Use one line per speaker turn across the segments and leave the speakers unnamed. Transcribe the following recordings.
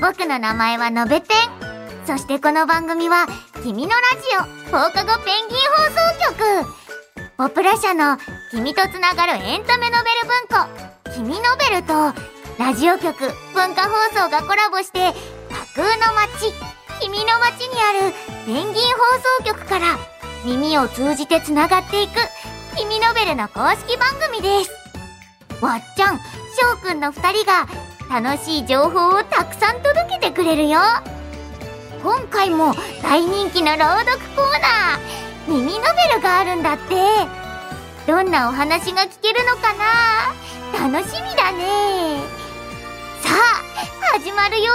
僕の名前はのべペンそしてこの番組は「君のラジオ放課後ペンギン放送局」ポプラ社の「君とつながるエンタメノベル文庫」「君ノベル」とラジオ局文化放送がコラボして架空の街君の街にあるペンギン放送局から耳を通じてつながっていく「君ノベル」の公式番組ですわっちゃんしょうくんの2人が楽しい情報をたくさん届けてくれるよ今回も大人気の朗読コーナー「耳ノベル」があるんだってどんなお話が聞けるのかな楽しみだねさあ始まるよ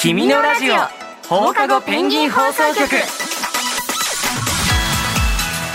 君のラジオ放課後ペンギン放送局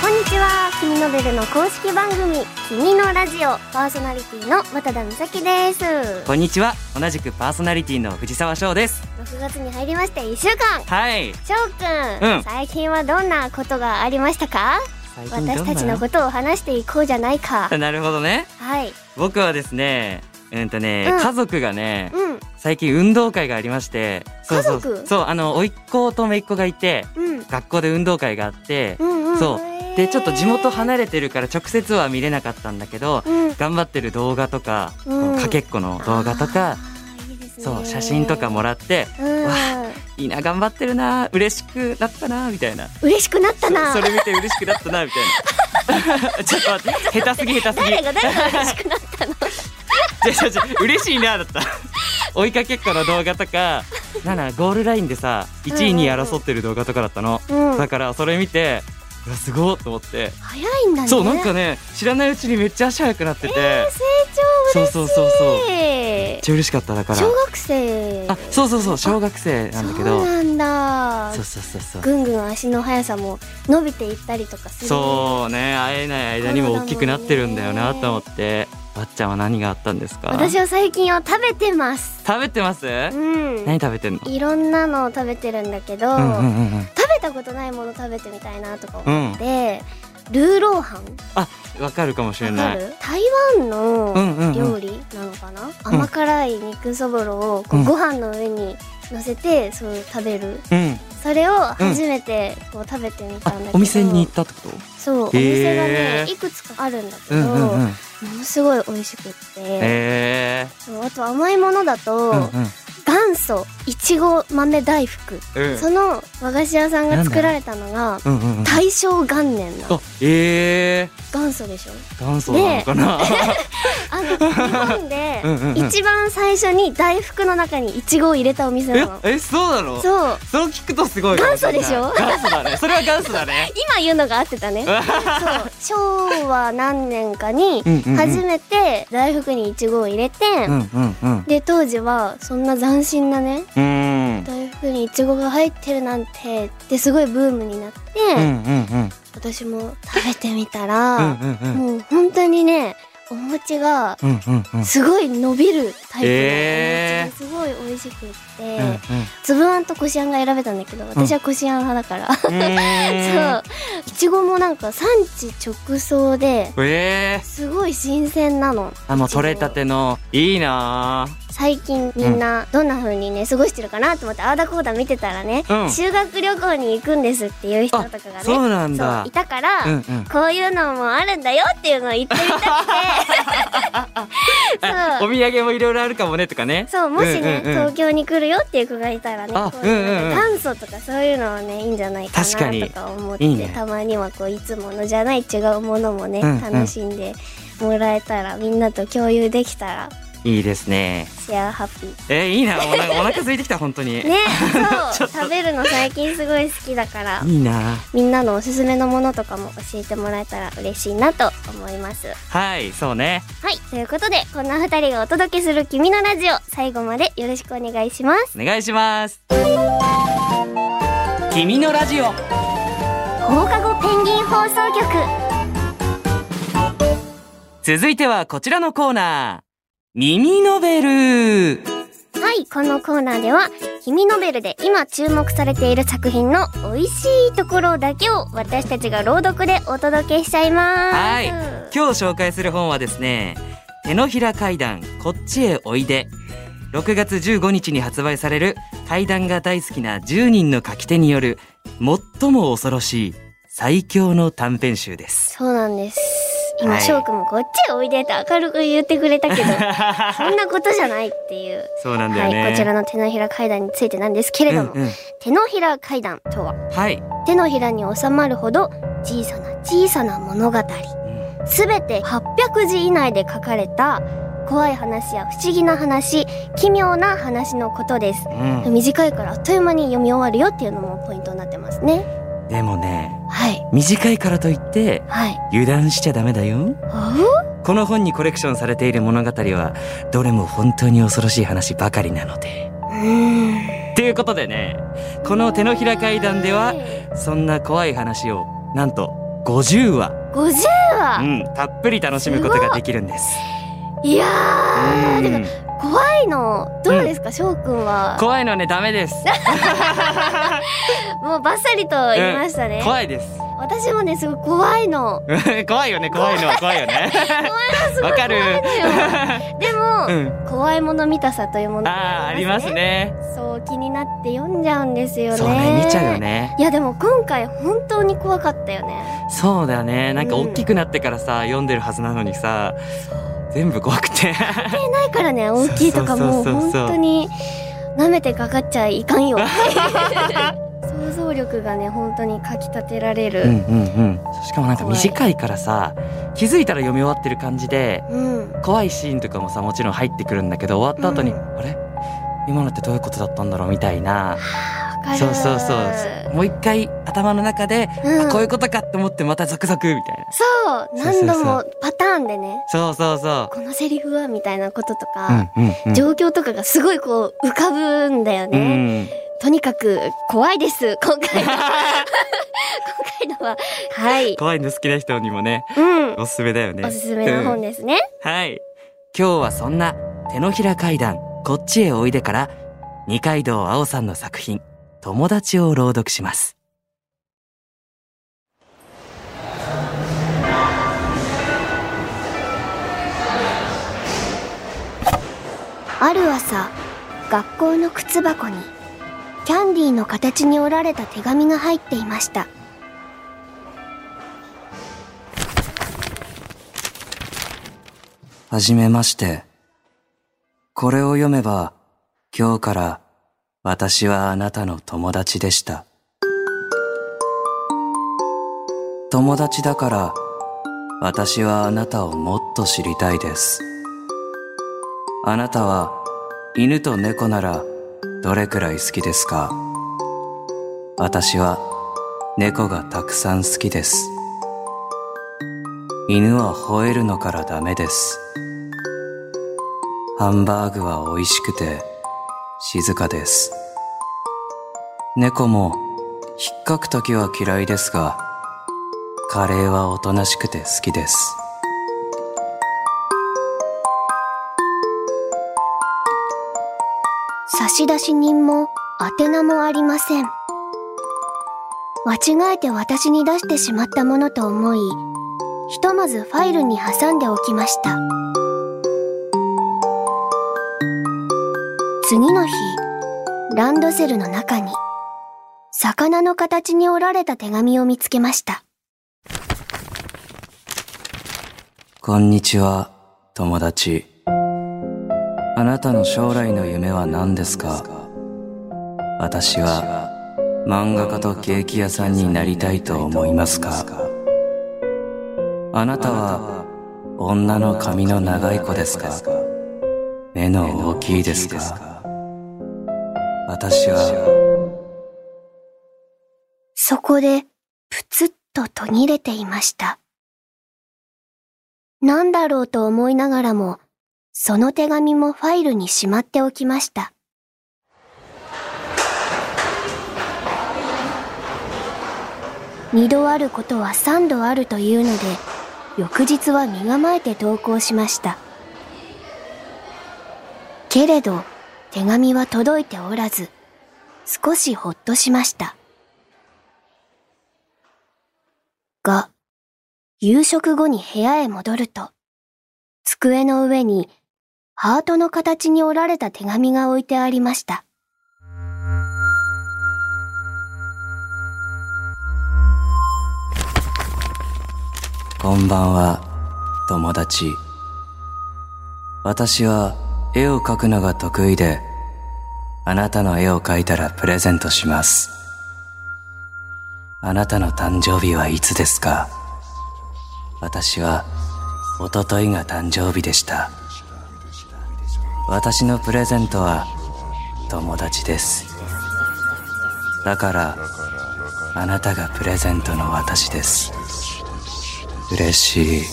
こんにちは君ノベルの公式番組君のラジオパーソナリティの渡田美咲です
こんにちは同じくパーソナリティの藤沢翔です
6月に入りまして1週間
はい
翔くん、
うん
最近はどんなことがありましたか
最近どんな
私たちのことを話していこうじゃない か
あなるほどね
はい
僕はですねうんとね、
うん
家族がね
うん
最近運動会がありましてそうそう
家族
そうあの甥っ子と姪っ子がいて
うん
学校で運動会があって
うんうん
そう
へー
でちょっと地元離れてるから直接は見れなかったんだけど
うんあ
頑張ってる動画とか、
うん
かけっこの動画とか
ーいいですね
そう写真とかもらって
うん
わいいな頑張ってるな嬉しくなったなみたいな
嬉しくなったな
そそれ見て嬉しくなったなみたい なちょっと待って下手すぎ下手すぎ
誰が誰が嬉しくなった の
違う違う嬉しいなだった追いかけっこの動画とかなんだゴールラインでさ1位2位争ってる動画とかだったの、
うん
だからそれ見てうわすごっと思って、
早いんだね
そうなんかね知らないうちにめっちゃ足速くなってて、
成長
そうそうそうそう
嬉し
めっ
い
ちゃ嬉しかっただから
小学生
あそうそうそう小学生なんだけ
そ
ど
う
そ
な
う
んだ
そうそうそう
ぐんぐん足の速さも伸びていったりとかする
そうね会えない間にも大きくなってるんだよなと思ってわっちゃんは何があったんですか
私は最近は食べてます
食べてます
うん
何食べてんの
いろんなのを食べてるんだけど、
うんうんうんうん
食べたことないもの食べてみたいなとか思って、ルーローハン
あわかるかもしれ
わ
な
か
い
る台湾
うんうんう
の
ん
料理なのかな、甘辛い肉そぼろをこう
うん
ご飯の上に乗せてそう食べる
うん
それを初めてこう食べてみた
あ
んだけど、
お店に行ったってこと
そうお
へー
店がねいくつかあるんだけ
う
ど、
んうんうん
ものすごい美味しくって、
へえ
そうあと甘いものだと、
うんうん
元祖いちご豆大福、
うん
その和菓子屋さんが作られたのが
うんうんうん
大正元年な
あええ
元祖でしょ
元祖なのかな
あの日本で
うんうんうん
一番最初に大福の中にいちごを入れたお店なの
ええそうなのそう
そう
聞くとすごいかもれない
元祖でしょ
元祖だねそれは元祖 だね
今言うのが合ってた ねそう昭和何年かに
うんうんうん
初めて大福にいちごを入れて、
うんうんうんう
で当時はそんな斬新なね
ーん
大福にいちごが入ってるなんてってすごいブームになって、
うんうんうん
私も食べてみた
う
ら
ん、うんうん
もう本当にねお餅が
うんうんうん
すごい伸びるタイプのお餅
え
がすごい美味しくって、
うんうん
粒あんとこしあんが選べたんだけど私はこしあん派だから、
うーん
そういちごもなんか産地直送で
ええ
すごい新鮮なの
あもう取れたてのいいな
最近みんなどんな風にね過ごしてるかなと思ってああだこうだ見てたらね、
うん
修学旅行に行くんですっていう人とかがね
そうなんだ
そういたから、
うんうん
こういうのもあるんだよっていうのを言ってみたくて
あ
そ
お
う
土産もいろいろあるかもねとかね
そうもしね、
うんうんうん
東京に来るよっていう子がいたらね
あ
こういう
うんうんうん
なんか元祖とかそういうのはねいいんじゃないか
確かに
なとか思って
いいね
たまにはこういつものじゃない違うものもね、
うんうん
楽しんでもらえたらみんなと共有できたら
いいですね
シェアハッピー。
えー、いいなお腹お腹空いてきた本当に、
ねそう食べるの最近すごい好きだから
いいな
みんなのおすすめのものとかも教えてもらえたら嬉しいなと思います
はいそうね
はいということでこんな二人がお届けする「君のラジオ」最後までよろしくお願いします
お願いします君のラジオ
放課後ペンギン放送局
続いてはこちらのコーナー耳ノベル
ははい、このコーナーでは、君ノベルで今注目されている作品の美味しいところだけを私たちが朗読でお届けしちゃいます。
はい今日紹介する本はですね「手のひら階段こっちへおいで」6月15日に発売される階段が大好きな10人の書き手による最も恐ろしい最強の短編集です。
そうなんです。今、
はい
翔くんもこっちへおいでと明るく言ってくれた けど、そんなことじゃないっていう。
そうなんだ
は
よね。
い、こちらの手のひら階段についてなんですけれども、
うんうん、
手のひら階段とは、
はい、
手のひらに収まるほど小さな小さな物語。
うん
すべて800字以内で書かれた怖い話や不思議な話奇妙な話のことです
うん
短いからあっという間に読み終わるよっていうのもポイントになってますね
でもね
はい
短いからといって
はい
油断しちゃダメだよ。この本にコレクションされている物語はどれも本当に恐ろしい話ばかりなので。
うーん
ということでねこの手のひら階段では
50
そんな怖い話をなんと50話、う
話
ん、たっぷり楽しむことができるんです。
いやー
う
て
ん
か怖いのどうですか翔くんは
怖いのはねダメです。
もうバッサリと言いましたね
怖いです。
私もねすごい怖いの
怖いよね怖いのは 怖いよね。
すごい
わかる。
でも、
うん。
怖いもの見たさというもの
ああ
が
ー
あ
あ
り
り
ま
ますす
ね
ね。
そう気になって読んじゃうんですよね
そうね見ちゃうよね。
いやでも今回本当に怖かったよね
そうだねなんか
うん
大きくなってからさ、読んでるはずなのにさ全部怖くて
ないからね大きいとかもう
そうそうそうそう
本当に舐めてかかっちゃいかんよ 想像力がね本当にかきたてられ
うん
る
うんうん しかもなんか短いからさ気づいたら読み終わってる感じで
うん、
怖いシーンとかもさもちろん入ってくるんだけど終わった後に、
う
あれ今のってどういうことだったんだろうみたいな
わかる
そうそうそうもう一回頭の中で、
うん
あこういうことかって思ってまたゾクゾクみたいな
そう
そうそう
何度もパターンでね
そうそうそ
このセリフはみたいなことと
う
か、
うんうんうん
状況とかがすごいこう浮かぶんだよ
う
ね、
ん
とにかく怖いです 今回の今回のははい
怖いの好きな人にもね
うん
おすすめだよね
おすすめの
うん
本ですね、
はい。今日はそんな手のひら階段こっちへおいでから二階堂青さんの作品友達を朗読します。
ある朝学校の靴箱にキャンディーの形に折られた手紙が入っていました
はじめまして。これを読めば今日から私はあなたの友達でした。友達だから私はあなたをもっと知りたいです。あなたは犬と猫ならどれくらい好きですか私は猫がたくさん好きです。犬は吠えるのからダメです。ハンバーグは美味しくて静かです。猫もひっかくときは嫌いですが、カレーはおとなしくて好きです。
差出人も宛名もありません間違えて私に出してしまったものと思いひとまずファイルに挟んでおきました次の日ランドセルの中に魚の形に折られた手紙を見つけました
こんにちは、友達。あなたの将来の夢は何ですか私は漫画家とケーキ屋さんになりたいと思いますかあなたは女の髪の長い子ですか目の大きいですか私は
そこでプツッと途切れていましたなんだろうと思いながらもその手紙もファイルにしまっておきました二度あることは三度あるというので翌日は身構えて投稿しましたけれど手紙は届いておらず、少しほっとしました。が、夕食後に部屋へ戻ると、机の上にハートの形に折られた手紙が置いてありました。
こんばんは、友達。私は絵を描くのが得意で、あなたの絵を描いたらプレゼントします。あなたの誕生日はいつですか私は、おとといが誕生日でした。私のプレゼントは、友達です。だから、あなたがプレゼントの私です。嬉しい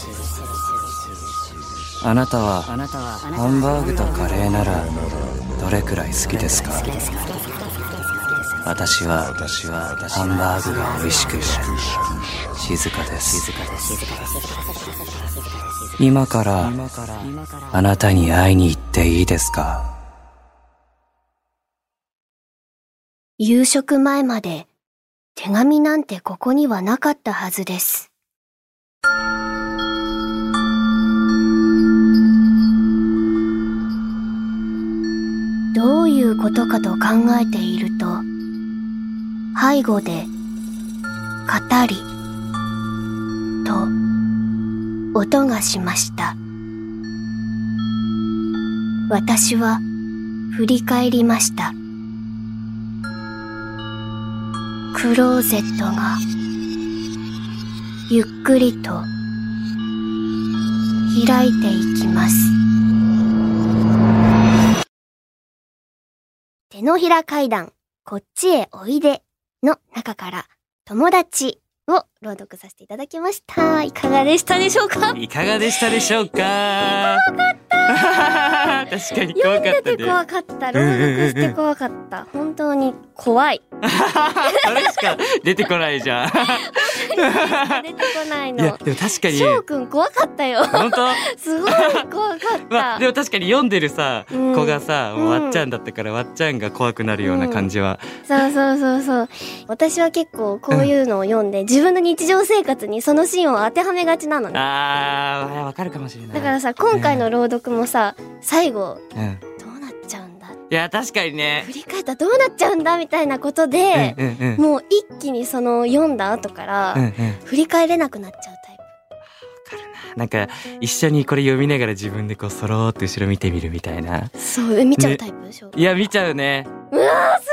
あなたはハンバーグとカレーならどれくらい好きですか私はハンバーグが美味しくて静かです今からあなたに会いに行っていいですか
夕食前まで手紙なんてここにはなかったはずです。どういうことかと考えていると、背後で、語り、と、音がしました。私は、振り返りました。クローゼットが、ゆっくりと、開いていきます。手のひら階段、こっちへおいで、の中から、友達を朗読させていただきました。いかがでしたでしょうか
いかがでしたでしょうか怖かった 確かに
読ん
怖かった
でて
ね
怖かった。朗読して怖かった。本当に怖い。
それしか出てこないじゃん
出てこない
いや
の。
でも確かに
翔くん怖かった よ。
本当
すごい怖かった。
まあでも確かに読んでるさ、
うん
子がさ、もう
うん
わっちゃんだったからわっちゃんが怖くなるような感じは、
そうそうそうそう。私は結構こういうのを読んで、自分の日常生活にそのシーンを当てはめがちなのね。
あーわかるかもしれない
だからさ、今回の朗読もさ、最後、
うん、い
どうなっちゃうんだ
や確かにね
振り返ったらどうなっちゃうんだみたいなことで、
うんうんうん
もう一気にその読んだ後から、
うんうん
振り返れなくなっちゃうタイプ。
なんか一緒にこれ読みながら自分でこうそろーって後ろ見てみるみたいな
そう、見ちゃうタイプでしょ。
いや見ちゃうね
うわーす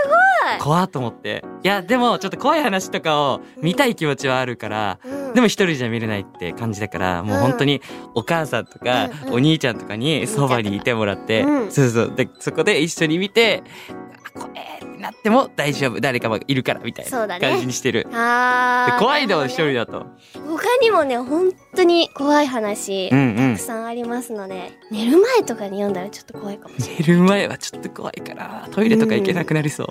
怖っと思っていやでもちょっと怖い話とかを見たい気持ちはあるから
ごい、うん
でも一人じゃ見れないって感じだからもう本当にお母さんとか
うんうん
お兄ちゃんとかにそばにいてもらって
うん
そうそうでそこで一緒に見てあ怖えってなっても大丈夫誰かもいるからみたい
そうだ
な
ね
感じにしてる。
あ
で
ー
怖いのは
なる
一
ほど
人
ね
だと。
他にもね、本当に怖い話、
うん
た
うん
く。さんありますので、寝る前とかに読んだらちょっと怖いかもし
寝る前はちょっと怖いからトイレとか行けなくなりそう。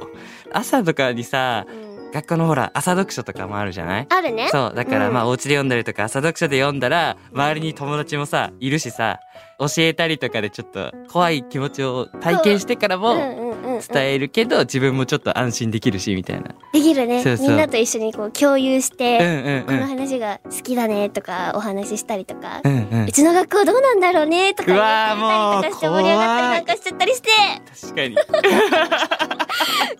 朝とかにさ
れない。うん
学校のほら朝読書とかもあるじゃない
あるね。
そうだから、
うん
まあお家で読んだりとか朝読書で読んだら周りに友達もさいるしさ教えたりとかでちょっと怖い気持ちを体験してからも
んうんうん、
伝えるけど自分もちょっと安心できるしみたいな
できるね
そうそう
みんなと一緒にこう共有し
うん
て、
うんう
この
ん
話が好きだねとかお話ししたりとか、
う
うん
うん
ちの学校どうなんだろうねとか
うわー
言ったりとかして
もう
盛り上がったり
怖い
なんかしちゃったりして
確か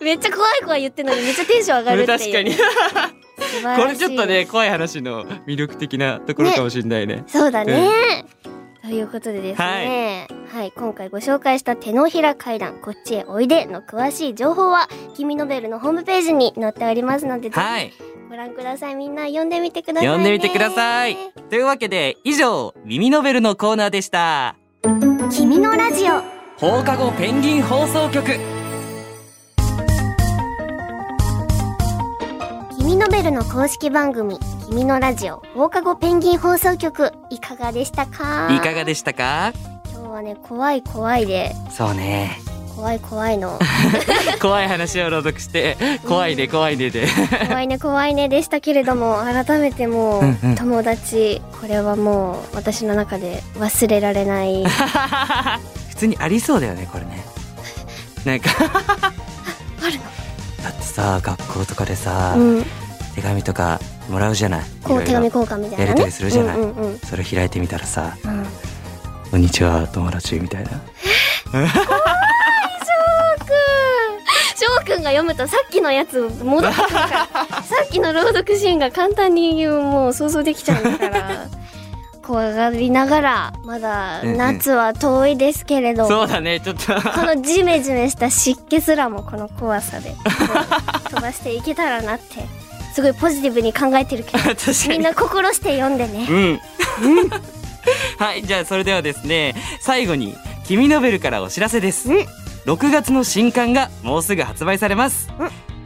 に
めっちゃ怖い子は言ってるのにめっちゃテンション上がるっていう
確かに
素晴らしい
これちょっとね怖い話の魅力的なところかもしれないね
そうだね、ということでですね、はい、今回ご紹介した手のひら階段こっちへおいでの詳しい情報は君ノベルのホームページに載っておりますので、
は
ぜ
い
ひご覧くださいみんな読んでみてくださいね
読んでみてくださいというわけで以上「耳ノベル」のコーナーでした
君のラジオ
放課後ペンギン放送局
君ノベルの公式番組「君のラジオ放課後ペンギン放送局」いかがでしたか
いかがでしたか
今日はね怖い怖いで
そうね
怖い怖いの
怖い話を朗読して怖いね怖いねで
怖いね怖いねでしたけれども改めてもう
うんうん
友達これはもう私の 中で忘れられない
普通にありそうだよねこれねなんか
ある
だってさ学校とかでさ、
うん、
手紙とかもらうじゃない
こう
い
手
ろ
紙
いろ
交換みたいな、ね、
やり取りするじゃない
うんうんうんうん
それ開いてみたらさ「こんにちは友達」みたいな
翔くんが読むとさっきのやつ戻ってくるから さっきの朗読シーンが簡単にもう想像できちゃうんだから怖がりながらまだ
うんうん
夏は遠いですけれど、
そうだねちょっと
このジメジメした湿気すらもこの怖さで飛ばしていけたらなってすごいポジティブに考えてるけど
確かに
みんな心して読んでね
うん。 はい、じゃあそれではですね、最後に君ノベルからお知らせです。6月の新刊がもうすぐ発売されます。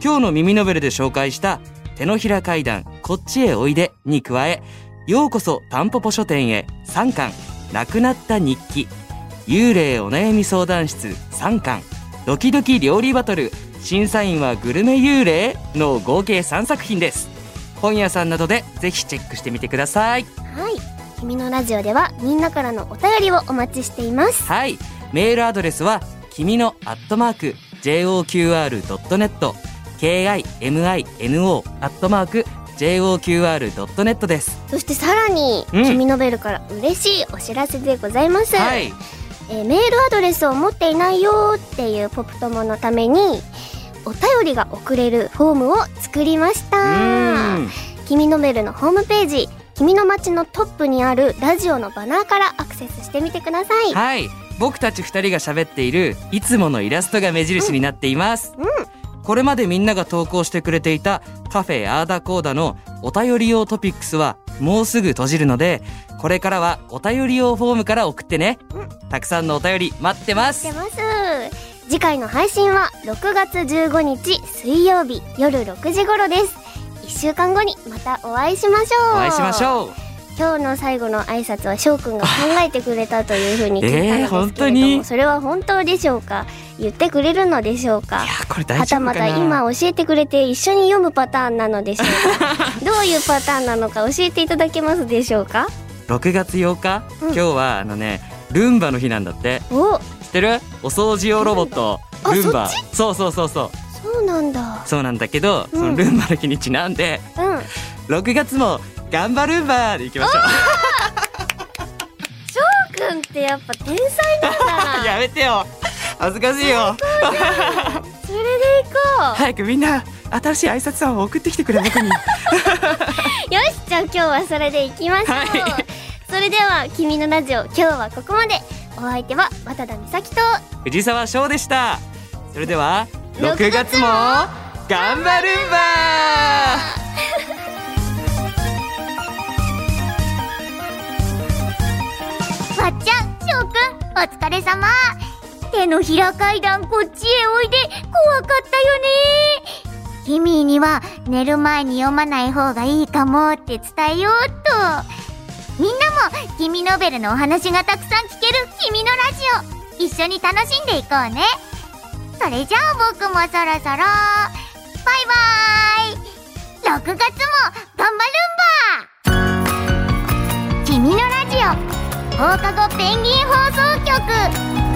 今日の耳ノベルで紹介した手のひら階段こっちへおいでに加え、ようこそタンポポ書店へ3巻、なくなった日記、幽霊お悩み相談室3巻、ドキドキ料理バトル、審査員はグルメ幽霊の合計3作品です。本屋さんなどでぜひチェックしてみてください。
はい君のラジオではみんなからのお便りをお待ちしています
はい。メールアドレスは、君のアットマーク、joqr.net、kimino アットマーク、joqr.net です。
そしてさらに、
うん
君のベルから嬉しいお知らせでございます、
はい。
えーメールアドレスを持っていないよーっていうポップ友のためにお便りが送れるフォームを作りまし
う
た
ん。
君のベルのホームページ君の街のトップにあるラジオのバナーからアクセスしてみてください
はい。僕たち二人が喋っている、いつものイラストが目印になっています。これまでみんなが投稿してくれていたカフェアーダコーダのお便り用トピックスはもうすぐ閉じるので、これからはお便り用フォームから送ってね。たくさんのお便り待ってます
して。ます次回の配信は6月15日水曜日夜6時頃です1週間後にまたお会いしましょう
お会いしましょう。
今日の最後の挨拶は翔くんが考えてくれたというふうに聞いたん
え
です
ー
けれども、
本当に
それは本当でしょうか言ってくれるのでしょうか
いやこれ大
は
丈
た
夫かな
また今教えてくれて一緒に読むパターンなのでしょう かどういうパターンなのか教えていただけますでしょうか
6月8日、
うん
今日はあのねルンバの日なんだって
お
知ってるお掃除用ロボット
ル
ル
ン
ン
バあ
バそうそうそうそう
そうなんだ
そうなんだけど、
うん
そのルンバの日にちなんで
うん
6月も頑張ルンバでいきましょ
翔くんってやっぱ天才なんだ
う
な
やめてよ恥ずかしいよ
それでいこう、
早くみんな新しい挨拶さんを送ってきてくれ 僕に
よしじゃあ今日はそれでいきましょう、
はい
それでは「君のラジオ」今日はここまでお相手は渡田美咲と
藤沢翔でしたそれでは
6
6
月
月
も
も頑張ルンバ
わっちゃん翔くんお疲れ様手のひら階段こっちへおいで怖かったよねキミーには寝る前に読まない方がいいかもって伝えようっとみんなも君ノベルのお話がたくさん聞ける君のラジオ一緒に楽しんでいこうねそれじゃあ僕もそろそろバイバーイ6月も頑張るんば君のラジオ放課後ペンギン放送局